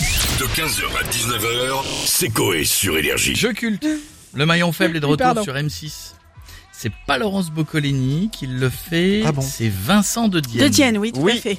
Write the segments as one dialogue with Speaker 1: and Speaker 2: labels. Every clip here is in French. Speaker 1: De 15h à 19h, c'est Coé sur Énergie.
Speaker 2: Je culte. Le maillon faible est de
Speaker 3: Oui,
Speaker 2: retour
Speaker 3: pardon.
Speaker 2: sur M6. C'est pas Laurence Boccolini qui le fait,
Speaker 4: Ah bon
Speaker 2: c'est Vincent de Dienne.
Speaker 3: De Dienne, oui, tout
Speaker 4: Oui.
Speaker 3: à fait.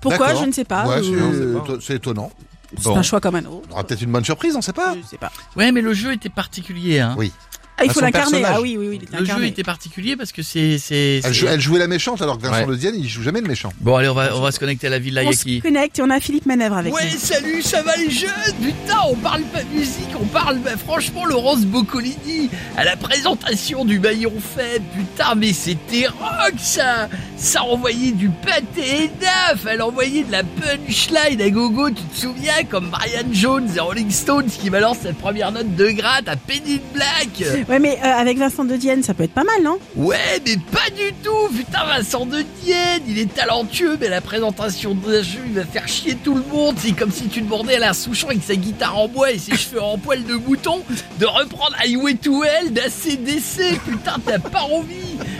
Speaker 3: Pourquoi
Speaker 4: D'accord.
Speaker 3: Je ne sais pas.
Speaker 4: Ouais, c'est-
Speaker 3: Euh,
Speaker 4: c'est- c'est étonnant.
Speaker 3: c'est
Speaker 4: Bon.
Speaker 3: un choix comme un autre.
Speaker 4: On
Speaker 2: Ah.
Speaker 4: aura peut-être une bonne surprise, on sait pas.
Speaker 3: Je sais pas.
Speaker 2: Ouais, mais le jeu était particulier. Hein.
Speaker 4: Oui,
Speaker 3: Ah, il
Speaker 4: À
Speaker 3: faut
Speaker 4: son
Speaker 3: l'incarner.
Speaker 4: personnage.
Speaker 3: Ah oui, oui, oui, il est
Speaker 2: le jeu
Speaker 3: incarné.
Speaker 2: était particulier parce que c'est. c'est-
Speaker 4: Elle,
Speaker 2: c'est-
Speaker 4: jou- Ah, elle jouait la méchante alors que Vincent
Speaker 2: Ouais.
Speaker 4: Le Dienne, il joue jamais le méchant.
Speaker 2: Bon, allez, on va, on va se connecter à la Villa
Speaker 3: On se
Speaker 2: Yaki.
Speaker 3: connecte et on a Philippe Manœuvre avec
Speaker 2: Ouais,
Speaker 3: nous.
Speaker 2: salut, ça va les jeunes Putain, on parle pas de musique, on parle bah, franchement Laurence Boccolini à la présentation du maillon faible. Putain, mais c'était rock ça Ça envoyait du pâté et neuf Elle envoyait de la punchline à gogo, tu te souviens Comme Brian Jones et Rolling Stones qui balance cette première note de gratte à Penny Black
Speaker 3: Ouais, mais euh, avec Vincent de Dienne, ça peut être pas mal, non
Speaker 2: Ouais, mais pas du tout Putain, Vincent de Dienne, il est talentueux, mais la présentation de jeu, il va faire chier tout le monde. C'est comme si tu demandais à la Souchon avec sa guitare en bois et ses cheveux en poil de mouton de reprendre Highway to Hell d'ACDC. Putain, t'as pas envie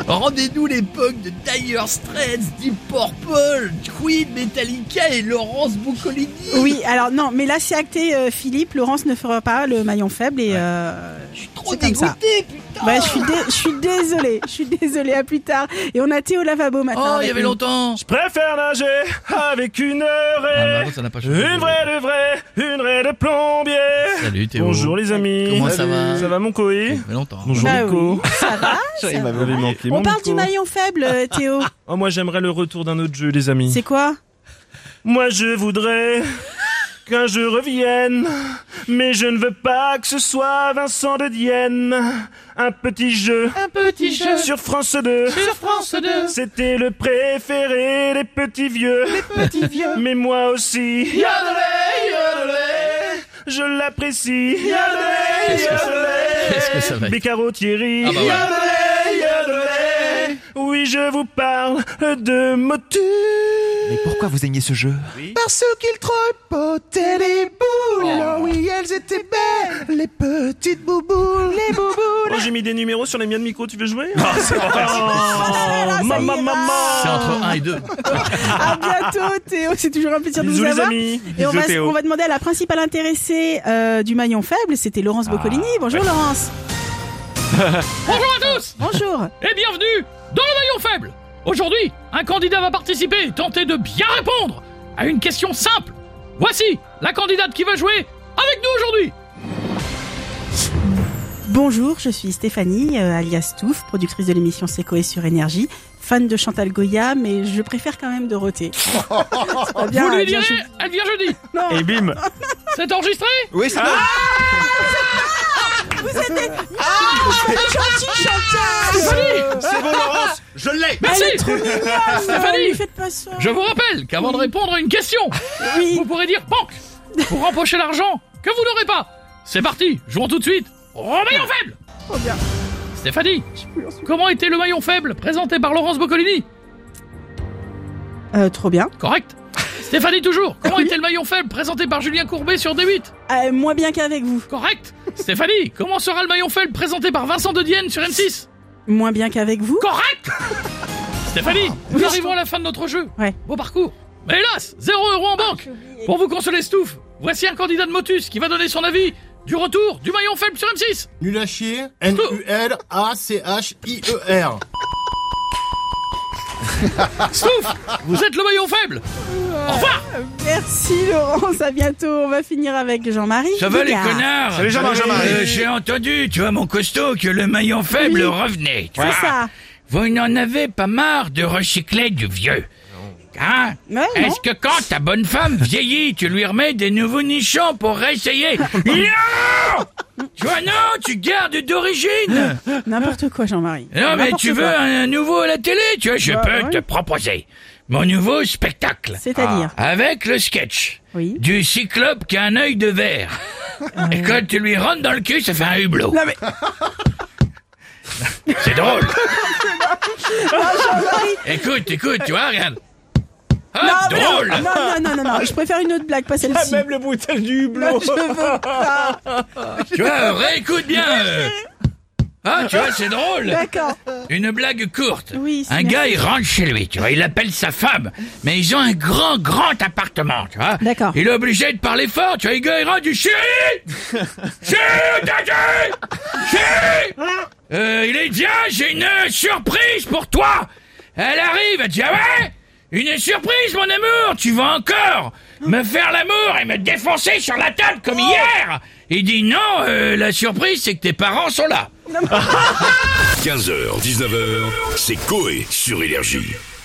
Speaker 2: Rendez-nous l'époque de Dire Straits, Deep Purple, Queen, Metallica et Laurence Boccolini.
Speaker 3: Oui, alors non, mais là c'est acté, euh, Philippe. Laurence ne fera pas le maillon faible et. euh,
Speaker 2: Je suis trop
Speaker 3: C'est comme ça.
Speaker 2: dégoûté, putain
Speaker 3: Ouais, je suis, dé- je suis désolée, je suis désolée, à plus tard. Et on a Théo Lavabo maintenant.
Speaker 2: Oh, il
Speaker 3: avec
Speaker 2: y avait
Speaker 3: nous.
Speaker 2: longtemps
Speaker 5: Préfère nager avec une raie.
Speaker 2: Ah, ça n'a pas
Speaker 5: une vraie de vraie, une raie de plombier.
Speaker 2: Salut Théo
Speaker 5: Bonjour les amis.
Speaker 2: Comment ça va
Speaker 5: Ça va mon coï
Speaker 2: longtemps.
Speaker 5: Bonjour
Speaker 3: Bah
Speaker 5: Nico.
Speaker 3: oui, ça va ça va.
Speaker 5: Vous m'avez manqué,
Speaker 3: On
Speaker 5: mon
Speaker 3: parle
Speaker 5: Nico.
Speaker 3: du maillon faible, euh, Théo.
Speaker 5: Oh, moi j'aimerais le retour d'un autre jeu les amis.
Speaker 3: C'est quoi
Speaker 5: Moi je voudrais qu'un jeu revienne, mais je ne veux pas que ce soit Vincent de Dienne. Un petit jeu. Un petit jeu. Sur France 2. C'était le préféré des petits vieux. Les petits vieux. Mais moi aussi. Yodelay, yodelay. Je l'apprécie. Yodelay,
Speaker 2: Qu'est-ce que ça-
Speaker 5: yodelay.
Speaker 2: qu'est-ce que ça va être
Speaker 5: Beccaro Thierry.
Speaker 2: Ah bah ouais.
Speaker 5: Yodelay, yodelay. Oui, je vous parle de Motu.
Speaker 6: Mais pourquoi vous aimiez ce jeu
Speaker 4: Parce qu'il tripotait les boules. Oh oui, elles étaient belles. Les petites bouboules. Les bouboules.
Speaker 5: Oh, j'ai mis des numéros sur les miens de micro, tu veux jouer
Speaker 3: là, Ah, ça
Speaker 5: Oh,
Speaker 3: y est,
Speaker 5: Maman,
Speaker 3: là.
Speaker 2: C'est
Speaker 5: maman
Speaker 2: entre 1 et 2.
Speaker 3: À bientôt, Théo. C'est toujours un plaisir de
Speaker 5: Bisous
Speaker 3: vous
Speaker 5: les
Speaker 3: avoir.
Speaker 5: amis
Speaker 3: Et on va, on va demander à la principale intéressée euh, du maillon faible, c'était
Speaker 2: Ah.
Speaker 3: Laurence Boccolini. Bonjour Laurence.
Speaker 7: Bonjour à tous
Speaker 3: Bonjour.
Speaker 7: et bienvenue dans le maillon faible. Aujourd'hui, un candidat va participer et tenter de bien répondre à une question simple. Voici la candidate qui va jouer avec nous aujourd'hui.
Speaker 3: Bonjour, je suis Stéphanie, euh, alias Touffe, productrice de l'émission Secoé sur Énergie, fan de Chantal Goya, mais je préfère quand même Dorothée. C'est pas bien,
Speaker 7: Vous lui
Speaker 3: Ah, elle vient
Speaker 7: direz,
Speaker 3: chou-
Speaker 7: elle vient jeudi.
Speaker 3: Non,
Speaker 5: Et bim
Speaker 7: C'est enregistré
Speaker 6: Oui, c'est bon.
Speaker 3: vous êtes des- Ah, elle est gentille, Chantal
Speaker 6: C'est bon, Laurence.
Speaker 7: Merci
Speaker 3: Elle est trop mignonne
Speaker 7: Stéphanie
Speaker 3: Ne faites pas ça
Speaker 7: Je vous rappelle qu'avant de répondre à une question,
Speaker 3: Oui,
Speaker 7: vous pourrez dire banque pour empocher l'argent que vous n'aurez pas. C'est parti, jouons tout de suite au maillon faible
Speaker 3: trop Oh, bien.
Speaker 7: Stéphanie, comment était le maillon faible présenté par Laurence Boccolini
Speaker 3: Euh, trop bien.
Speaker 7: Correct. Stéphanie
Speaker 2: Ah
Speaker 7: toujours. Comment était le maillon faible présenté par Julien Courbet sur D8
Speaker 3: Euh, moins bien qu'avec vous.
Speaker 7: Correct. Stéphanie, comment sera le maillon faible présenté par Vincent de Dienne sur M6
Speaker 3: Moins bien qu'avec vous.
Speaker 7: Correct.
Speaker 2: Ah,
Speaker 7: Stéphanie, nous arrivons à la fin de notre jeu.
Speaker 3: Ouais.
Speaker 7: Beau parcours. Mais hélas, 0 euro en banque. Pour vous consoler Stouff, voici un candidat de Motus qui va donner son avis du retour du maillon faible sur M6.
Speaker 8: Nul à chier, N-U-L-A-C-H-I-E-R.
Speaker 7: Stouff, vous êtes le maillon faible. Au revoir.
Speaker 3: Merci Laurence, à bientôt. On va finir avec Jean-Marie.
Speaker 2: Ça va les
Speaker 3: Bigard.
Speaker 2: connards
Speaker 5: Salut Jean-Marc
Speaker 2: Euh, J'ai entendu, tu vois mon costaud, que le maillon faible
Speaker 3: Oui.
Speaker 2: revenait. tu
Speaker 3: C'est
Speaker 2: vois.
Speaker 3: ça.
Speaker 2: Vous n'en avez pas marre de recycler du vieux Hein
Speaker 3: Ouais, non.
Speaker 2: Est-ce que quand ta bonne femme vieillit, tu lui remets des nouveaux nichons pour réessayer Non Tu vois, non, tu gardes d'origine
Speaker 3: N'importe quoi, Jean-Marie.
Speaker 2: Non, mais
Speaker 3: N'importe
Speaker 2: tu
Speaker 3: quoi.
Speaker 2: veux un, un nouveau à la télé, tu vois, je
Speaker 3: Bah,
Speaker 2: peux
Speaker 3: ouais.
Speaker 2: te proposer mon nouveau spectacle. Ah.
Speaker 3: C'est-à-dire
Speaker 2: Avec le sketch
Speaker 3: Oui.
Speaker 2: du cyclope qui a un œil de verre. Et quand tu lui rentres dans le cul, ça fait un hublot.
Speaker 3: Non, mais-
Speaker 2: C'est drôle.
Speaker 3: Ah,
Speaker 2: écoute, écoute, tu vois, regarde. Hop,
Speaker 3: mais non,
Speaker 2: drôle. Ah,
Speaker 3: Non, non, non, non, non, je préfère une autre blague, pas celle-ci.
Speaker 5: Même le bouteille du hublot
Speaker 3: Non, je veux pas.
Speaker 2: Tu vois, réécoute bien. euh.
Speaker 7: Ah, tu vois, c'est drôle.
Speaker 3: D'accord.
Speaker 7: Une blague courte.
Speaker 3: Oui, c'est
Speaker 7: un
Speaker 3: bien.
Speaker 7: gars, il rentre chez lui, tu vois, il appelle sa femme, mais ils ont un grand, grand appartement, tu vois.
Speaker 3: D'accord.
Speaker 7: Il est obligé de parler fort, tu vois, il gars, il rentre, du chéri Chéri, t'as dit Chéri Euh, Il est dit, ah, j'ai une euh, surprise pour toi Elle arrive, elle dit, ah ouais Une surprise, mon amour, tu vas encore me faire l'amour et me défoncer sur la table comme hier Il dit, non, euh, la surprise, c'est que tes parents sont là.
Speaker 1: 15h, 19h, c'est Coé sur Énergie.